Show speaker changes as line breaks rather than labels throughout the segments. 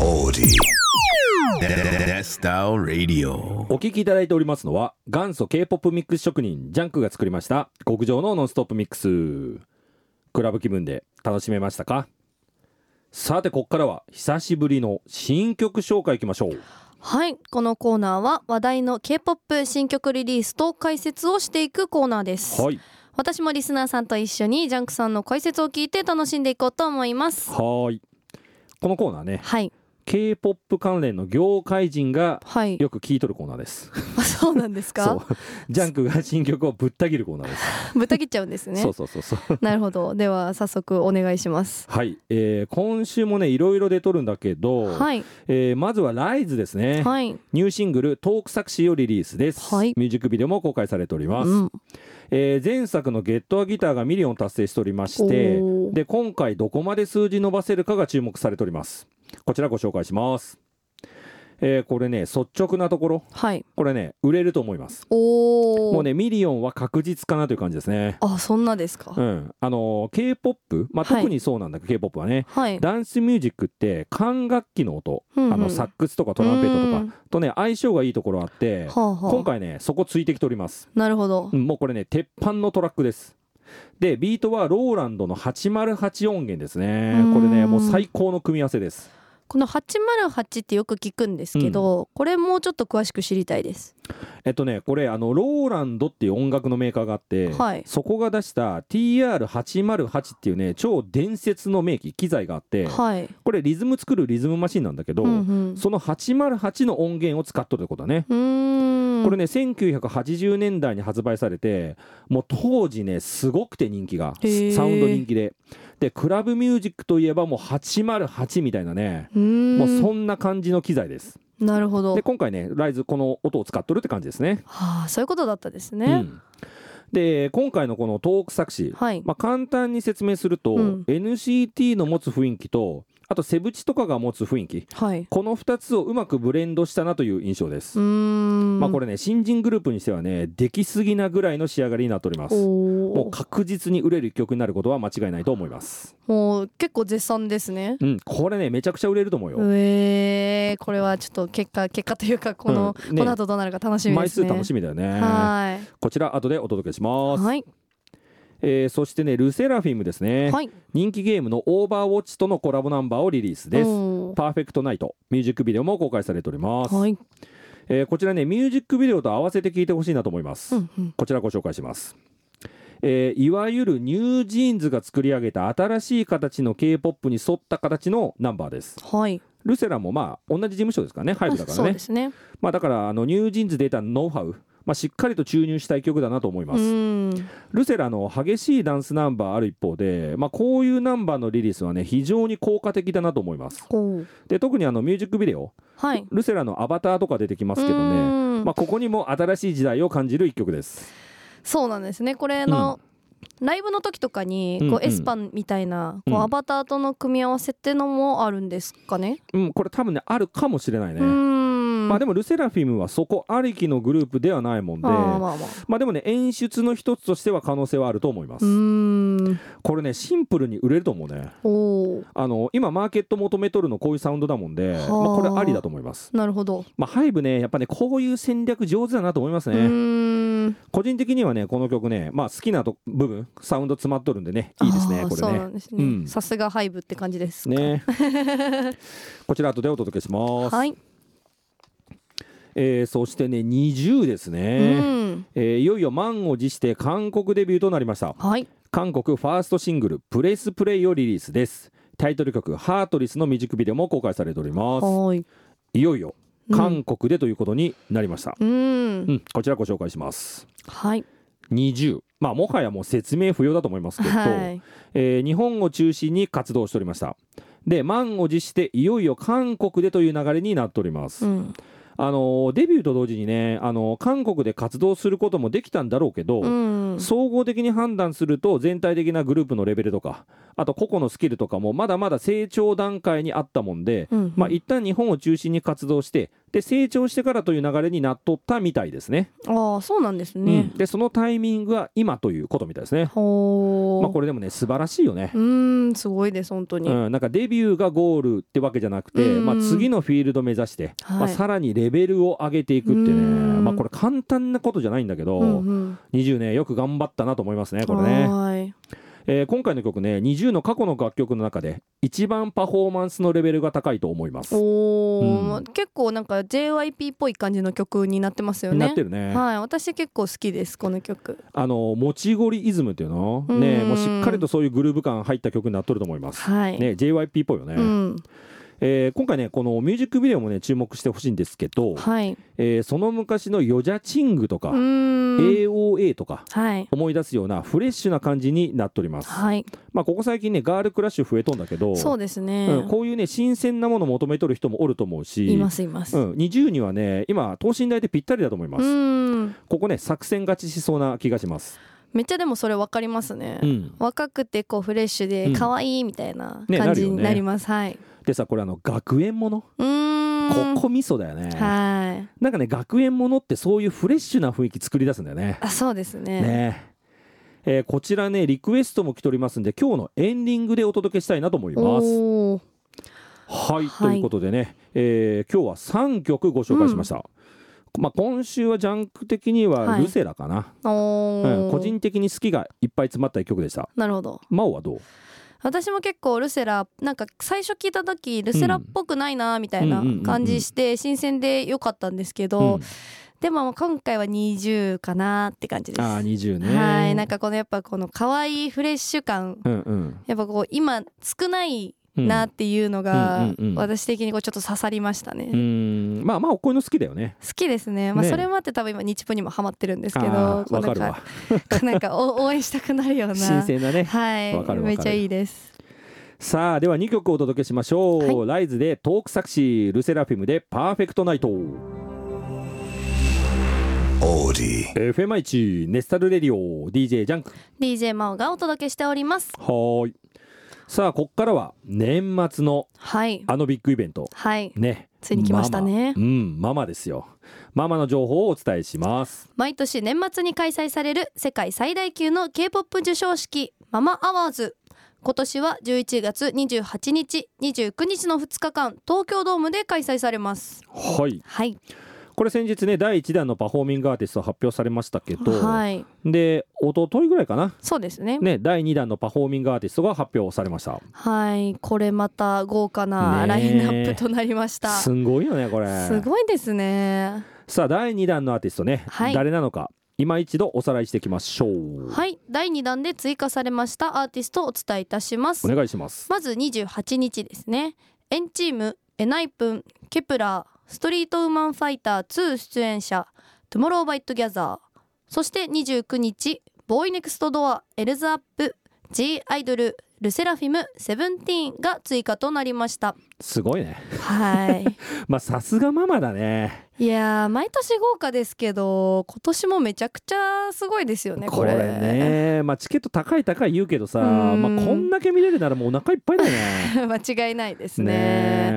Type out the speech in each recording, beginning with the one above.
Audi. Style Radio.
お聞きいただいておりますのは、元祖 K-POP ミックス職人、ジャンクが作りました、極上のノンストップミックス。クラブ気分で楽しめましたかさて、ここからは、久しぶりの新曲紹介いきましょう。
はいこのコーナーは話題の K-POP 新曲リリースと解説をしていくコーナーです、
はい。
私もリスナーさんと一緒にジャンクさんの解説を聞いて楽しんでいこうと思います
はーい。このコーナーね、
はい
K-POP 関連の業界人が
はい
よく聞いとるコーナーです。
あ そうなんです
そ
か
う。ジャンクが新曲をぶった切るコーナーです。
ぶった切っちゃうんですね
そう そうそうそう。
なるほどでは早速お願いします
はい。えー、今週もね、いろいろ出とるんだけど、
はい
えーまずはライズですね。
はい
ニューシングル「トーク作詞」をリリースです、
はい
ミュージックビデオも公開されております、
うん
えー前作の「ゲットアギター」がミリオン達成しておりまして
おー
で今回どこまで数字伸ばせるかが注目されておりますこちらご紹介しますえーこれね率直なところ
はい
これね売れると思います
おお
もうねミリオンは確実かなという感じですね
あそんなですか、
うんあのー K-POP、まあ、
はい
特にそうなんだけど、K-POP はね
はい
ダンスミュージックって管楽器の音、
うんうん
あのサックスとかトランペッ
う
トと
ん
かとね相性がいいところあって、
はあはあ
今回ねそこついてきております
なるほど
うんもうこれね鉄板のトラックですでビートはローランドの808音源ですね
うん
これねもう最高の組み合わせです
この808ってよく聞くんですけど、これもうちょっと詳しく知りたいです
えっとねこれあのローランドっていう音楽のメーカーがあって、
はい
そこが出した TR808 っていうね超伝説の名機機材があって
はい
これリズム作るリズムマシンなんだけど、
うんうん
その808の音源を使っとるってことだね
うーん
これね1980年代に発売されてもう当時ねすごくて人気が
へー
サウンド人気ででクラブミュージックといえばもう808みたいなね
うーん
もうそんな感じの機材です
なるほど
で今回ねライズこの音を使っとるって感じですね
はあそういうことだったです
う
ね、
んで今回のこのトーク作詞、
はい、
まあ、簡単に説明すると、
うん
NCT の持つ雰囲気とあとセブチとかが持つ雰囲気
はい。う
この2つをうまくブレンドしたなという印象です
ーん。
まあこ
れ。
れね新人グループにしてはねできすぎなぐらいの仕上がりになっておりますも
お
う
お。
確実に売れる曲になることは間違いないと思います
もう結構絶賛ですね。
うんこれねめちゃくちゃ売れると思うよ、
ええー、これはちょっと結果結果というかこの、
うんね
この後どうなるか楽しみで
枚
す
数
ね。
楽しみだよね
は
こちら後でお届けし
ー
ま
い。
す、
はい。
えーそしてねルセラフィムですね、
はい。
人気ゲームのオーバーウォッチとのコラボナンバーをリリースです
おー
パーフェクトナイトミュージックビデオも公開されております、
はい。
えーこちらねミュージックビデオと合わせて聴いてほしいなと思います、
うんうん。
こちらご紹介します。えーいわゆるニュージーンズが作り上げた新しい形の K-POP に沿った形のナンバーです。
はい。
ルセラもまあ同じ事務所ですからね、ハイブだか
そう
ら
で
ね。
すね。
まあだからあのニュージーンズで得たノウハウ、まあしっかりと注入したい曲だなと思いま
う
す。
ん。
ルセラの激しいダンスナンバーある一方で、まあこういうナンバーのリリースはね、非常に効果的だなと思います。
こう。
で、特にあのミュージックビデオ、
はい。
ルセラのアバターとか出てきますけど
う
ね、
ん
まあここにも新しい時代を感じる一曲です。
そうなんですね。これあの。ライブの時とかに
うん
こ
うん
うエスパンみたいな
う
こうんアバターとの組み合わせってのもあるんですかね。
うん、これ多分ね、あるかもしれないうね。
ーん。
まあでもルセラフィムはそこありきのグループではないもんで、
あー
ま
まあまあ。
あでもね、演出の一つとしては可能性はあると思いま
う
す。
ーん。
これね、シンプルに売れると思うね。
おお。
あの、今マーケット求めとるのこういうサウンドだもんで、まあ
はあ
これありだと思います。
なるほど。
まあハイブね、やっぱね、こういう戦略上手だなと思います
う
ね。
ーん。
個人的にはね、この曲ね、まあ好きなと部分、サウンド詰まっとるんでね、いいですね
あー、
これ
そうな
ね。
んです
う
ね。
ん
さすがハイブって感じです。。
ね。 こちら後でお届けします。
はい。
えーそしてね、20です
う
ね。
ん。
えーいよいよ満を持して韓国デビューとなりました
はい。
韓国ファーストシングル「プレスプレイ」をリリースですタイトル曲「ハートリス」のミュージックビデオも公開されております
はい。
いよいよ
うん
韓国でということになりました、
う。
うんん、こちらご紹介します
はい。
20まあもはやもう説明不要だと思いますけど、
はい。
えー日本を中心に活動しておりましたで満を持していよいよ韓国でという流れになっております、
うん。
あのーデビューと同時にね、あのー韓国で活動することもできたんだろうけど、
うん。
総合的に判断すると全体的なグループのレベルとかあと個々のスキルとかもまだまだ成長段階にあったもんで、
うん
まあ、一旦日本を中心に活動してで成長してからという流れになっとったみたいですね、
ああそうなんです
う
ね
ん、でそのタイミングは今ということみたいですね
ほ
まあ
ー
これでもね素晴らしいよね
うーんすごいです本当に、
うん、なんかデビューがゴールってわけじゃなくて、
うん
まあ、次のフィールド目指して、
はい
まあ、さらにレベルを上げていくってね、
うん
まあ、これ簡単なことじゃないんだけど、
うんうん
20ねよく頑張ったなと思いますねこれね、
はーい
えー今回の曲ね20の過去の楽曲の中で一番パフォーマンスのレベルが高いと思います、
おー
うん
まあ結構なんか JYP っぽい感じの曲になってますよね
なってるね、
はい私結構好きですこの曲
あのもちごりイズムっていうの、
うん
ねもうしっかりとそういうグルーヴ感入った曲になっとると思います、
はい、
ね JYP っぽいよね、
うん
えー今回ねこのミュージックビデオもね注目してほしいんですけど、
はい
えーその昔のヨジャチングとか、
うーん
AOA とか
はい
思い出すようなフレッシュな感じになっております、
はい
まあここ最近ねガールクラッシュ増えとんだけど
そうですね、
うんこういうね新鮮なものを求めとる人もおると思うし
いますいます
う、
うん
20にはね今等身大でぴったりだと思います、
ーん
ここね作戦勝ちしそうな気がします、
めっちゃでもそれわかりますね、
うん、
若くてこうフレッシュ
う
で
ん
可愛いみたいな
ね
感じに
な
な
るよね
ります、はい
でさこれあの学園もの
うーん
ここ味噌だよね、
はい
なんかね学園ものってそういうフレッシュな雰囲気作り出すんだよね
あそうですね
ねえーこちらねリクエストも来ておりますんで今日のエンディングでお届けしたいなと思います
おー
はい、
はい
ということでね、えー今日は3曲ご紹介しました、まあ、今週はジャンク的には
はい
ルセラかな、
お
う
ー、
ん、個人的に好きがいっぱい詰まった一曲でした
なるほど
真央はどう
私も結構ルセラなんか最初聞いた時ルセラっぽくないなみたいな感じして新鮮で良かったんですけど、
うん
でも今回は20かなって感じです。
ああ20ね
はいなんかこのやっぱこの可愛いフレッシュ感
うんうん
やっぱこう今少ない
うん
なっていうの
う
が
んうんうん
私的にこうちょっと刺さりましたね。
うんまあまあこういうの好きだよね
好きですね。まあ
ね
それもあって多分今日プにもハマってるんですけど
あ、ー
こう
わ
な
か
ん
るわ
かなんかお応 援したくなるような。
新鮮だね
はい、
わかるわかる
めっちゃいいです。
さあでは2曲お届けしましょう、ライズでトーク作詞ルセラフィムでパーフェクトナイト
Audi.
FM1 ネスタルレディオ DJ ジャンク
DJ 真央がお届けしております。
はーいさあこっからは年末の
はい。
あのビッグイベント
はい。
ね
ついに来ました
ママ
ね
うんママですよママの情報をお伝えします
毎年年末に開催される世界最大級の K-POP 授賞式ママアワーズ今年は11月28日29日の2日間東京ドームで開催されます
はい
はい
これ先日ね第1弾のパフォーミングアーティスト発表されましたけど、
はい
で一昨日ぐらいかな
そうですね
ね第2弾のパフォーミングアーティストが発表されました
はいこれまた豪華
ね
な
え
ラインナップとなりました、
すんごいよねこれ
すごいですね
さあ第2弾のアーティストね、
はい
誰なのか今一度おさらいしていきましょう、
はい第2弾で追加されましたアーティストをお伝えいたします
お願いします
まず28日ですね。エンチーム、エナイプン、ケプラー、ストリートウーマンファイター2出演者、トゥモローバイトギャザー。そして29日、ボーイネクストドア、エルズアップ、G アイドル、ルセラフィム、セブンティーンが追加となりました。
すごいね
はい。
まあさすがママだね
いやー、毎年豪華ですけど、今年もめちゃくちゃすごいですよね、こ
こ
れ。
れねまあチケット高い高い言うけどさ、
うん
まあ、こんだけ見れるならもうお腹いっぱいだよね
間違いないです ね
ね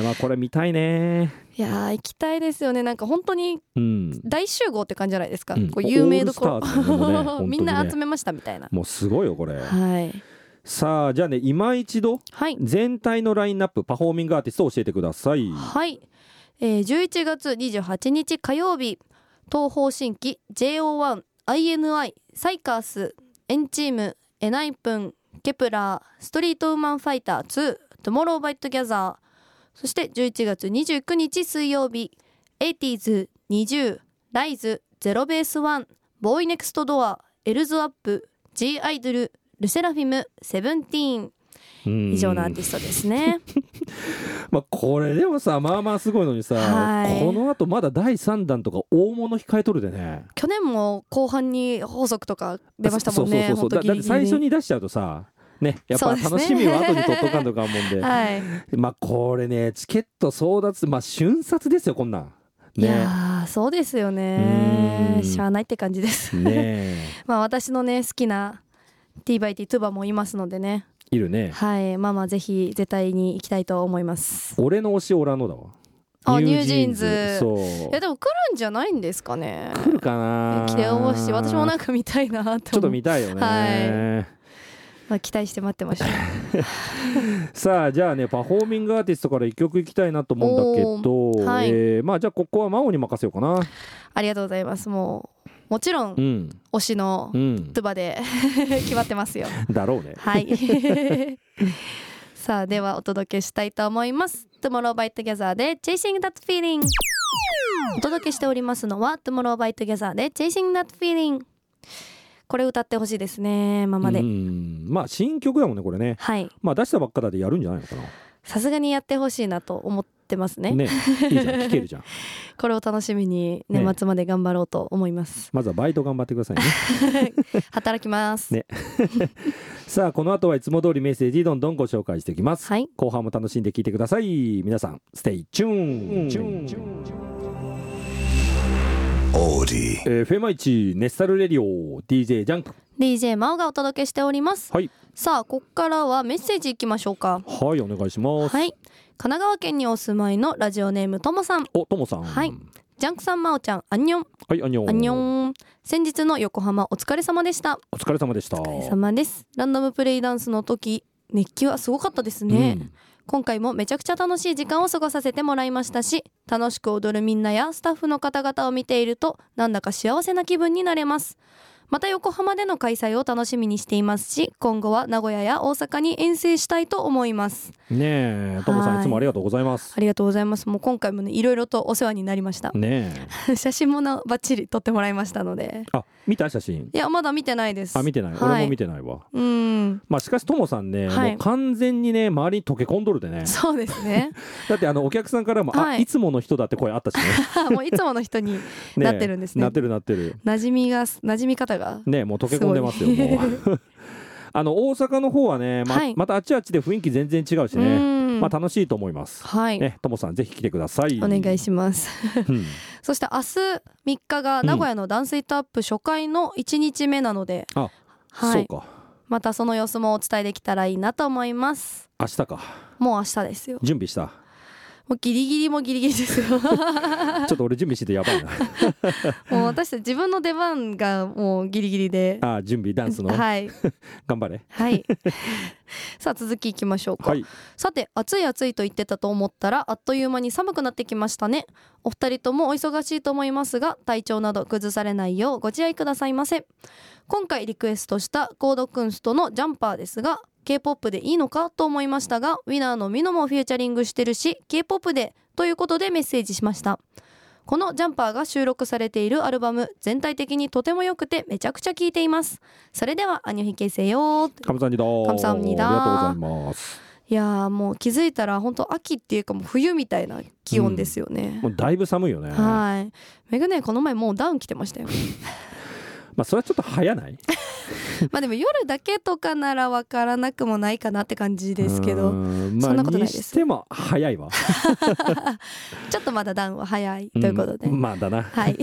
えまあこれ見たいね
いやー行きたいですよねなんか本当に
うん
大集合って感じじゃないですか、
うん
こう有名どころ
オールスターズだ ねもうね
み
本当に
んな
ね
集めましたみたいな、
もうすごいよこれ
はい
さあじゃあね今一度
はい
全体のラインナップパフォーミングアーティストを教えてください
はい、えー、11月28日火曜日東方新規 JO1INI サイカースエンチームエナイプンケプラーストリートウーマンファイター2トゥモローバイトギャザーそして11月29日水曜日 80s20 ライズゼロベースワンボーイネクストドアエルズアップ G アイドルルセラフィムセブンティーン
以
以上のアーティストですね。
まあこれでもさまあまあすごいのにさ
はい
このあとまだ第3弾とか大物控えとるでね
去年も後半に法則とか出ましたもん
そうそうそ
ね。
うそう
本当
だだって最初
ギリギリ
に出しちゃうとさねやっ
そ
ぱ
うですね
楽しみは後に取っとかんとか思うんで
はい。
まあこれねチケット争奪まあ瞬殺ですよこんなん
いや
ね
ーそうですよ
うー
ね
ん。
しゃあないって感じです。
ねえ
まあ私のね好きな T/T トゥバもいますのでね。
いるね
はい。まあまあぜひ絶対に行きたいと思います。
俺の推しオラノだわ
あニュージーンズ
そう
いやでも来るんじゃないんですかね
来るかな
来てほしい私もなん
か
か見たいなって思う
ちょっと見たいよね、
は まあ、期待して待って ました
さあじゃあねパフォーミングアーティストから一曲いきたいなと思うんだけど、
ーはい
えーまあじゃあここは真央に任せようかな
ありがとうございますもうもちろん
うん
推しの
うん
トゥバで 決まってますよ
だろうね
はいさあではお届けしたいと思います「Tomorrow by Together」で「Chasing That Feeling」お届けしておりますのは「Tomorrow by Together」で「Chasing That Feeling」これ歌ってほしいですねままで、
うんまあ新曲だもんねこれね
はい
まあ出したばっかだでやるんじゃないのかな
さすがにやってほしいなと思ってますね
ねいいじゃん聞けるじゃ ん
これを楽しみに年末まで頑張ろうと思います、
まずはバイト頑張ってくださいね
働きます、
ねさあこの後はいつも通りメッセージどんどんご紹介していきます、
はい
後半も楽しんで聞いてください皆さんステイチューン
Audi.
えー、フェマイチネスタルレディオ DJ ジャンク
DJ 真央がお届けしております
はい
さあここからはメッセージいきましょうか
はいお願いします、
はい神奈川県にお住まいのラジオネームともさん
おともさん
はいジャンクさんまおちゃんあんにょん
はいあんにょん
あんにょん先日の横浜お疲れ様でした
お疲れ様でした
お疲れ様ですランダムプレイダンスの時熱気はすごかったですね、
うん
今回もめちゃくちゃ楽しい時間を過ごさせてもらいましたし楽しく踊るみんなやスタッフの方々を見ているとなんだか幸せな気分になれますまた横浜での開催を楽しみにしていますし今後は名古屋や大阪に遠征したいと思います
ねえともさん
はい
いつもありがとうございます
ありがとうございますもう今回もねいろいろとお世話になりました、
ねえ
写真もなバッチリ撮ってもらいましたので
あ見た写真
いやまだ見てないです
あ見てない、
はい
俺も見てないわ
うん
まあしかしともさんね、
はい
もう完全にね周りに溶け込んどるでね
そうです ね
だってあのお客さんからも、、
はい
あ
い
いつもの人だって声あったし ね
もういつもの人に
ね
なってるんですね
なってるなってる
馴染みが馴染み方が
ねもう溶け込んでますよ
すごい
もう あの大阪の方はねま
はい
またあっちあっちで雰囲気全然違うし
う
ね、
ん
まあ、楽しいと思います、
はい、
ねともさんぜひ来てください
お願いします。
うん
そして明日3日が名古屋のダンスイットアップ初回の1日目なので、
あ
は
そう
い、
か
またその様子もお伝えできたらいいなと思います。
明日か
もう明日ですよ。
準備した
もうギリギリもギリギリです よ。
ちょっと俺準備しててやば いな
もう私たち自分の出番がもうギリギリで。
あ準備ダンスの、
はい
頑張れ
はい。 さあ続きいきましょうか。
はい
さて暑い暑いと言ってたと思ったらあっという間に寒くなってきましたねお二人ともお忙しいと思いますが体調など崩されないようご自愛くださいませ今回リクエストしたコードクンストのジャンパーですが K-POP でいいのかと思いましたがウィナーのミノもフューチャリングしてるし K-POP でということでメッセージしましたこのジャンパーが収録されているアルバム全体的にとても良くてめちゃくちゃ聴いていますそれではアニョヒケセヨー
カムさんにだ
감사합니다
ありがとうございます
いやーもう気づいたら本当秋っていうかもう冬みたいな気温ですよね
も。うだいぶ寒いよねま
はい。めぐねこの前もうダウン着て ましたよ。
あそれはちょっと早ない
まあでも夜だけとかならわからなくもないかなって感じですけ
う
ど、
ーまあ
そんなことないです
にしても早いわ
ちょっとまだダウンは早 いということで。
んまあだな、
はい。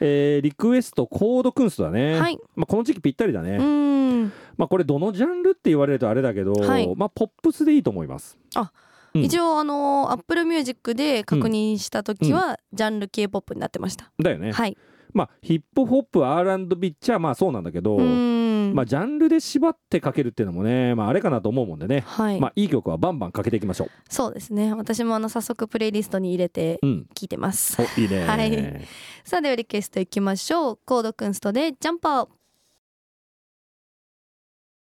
えーリクエストコードクンストだね、
はい
まあ、この時期ぴったりだね、
うーん。
まあ、これどのジャンルって言われるとあれだけど、
はい
まあ、ポップスでいいと思いますうん
一応あのアップルミュージックで確認した時はジャンル K-POP になってました。
だよね、
はい。
まあ、ヒップホップ R&B っちゃまあそうなんだけど、
うーん。
まあ、ジャンルで縛ってかけるっていうのもね、まあ、あれかなと思うもんでね、
はい
ま。あ、いい曲はバンバンかけていきましょ
そうですね。私もあの早速プレイリストに入れて
う、うん、
聞いてます。
おいいね、
はいさあではリクエストいきましょうコードクンストでジャンパー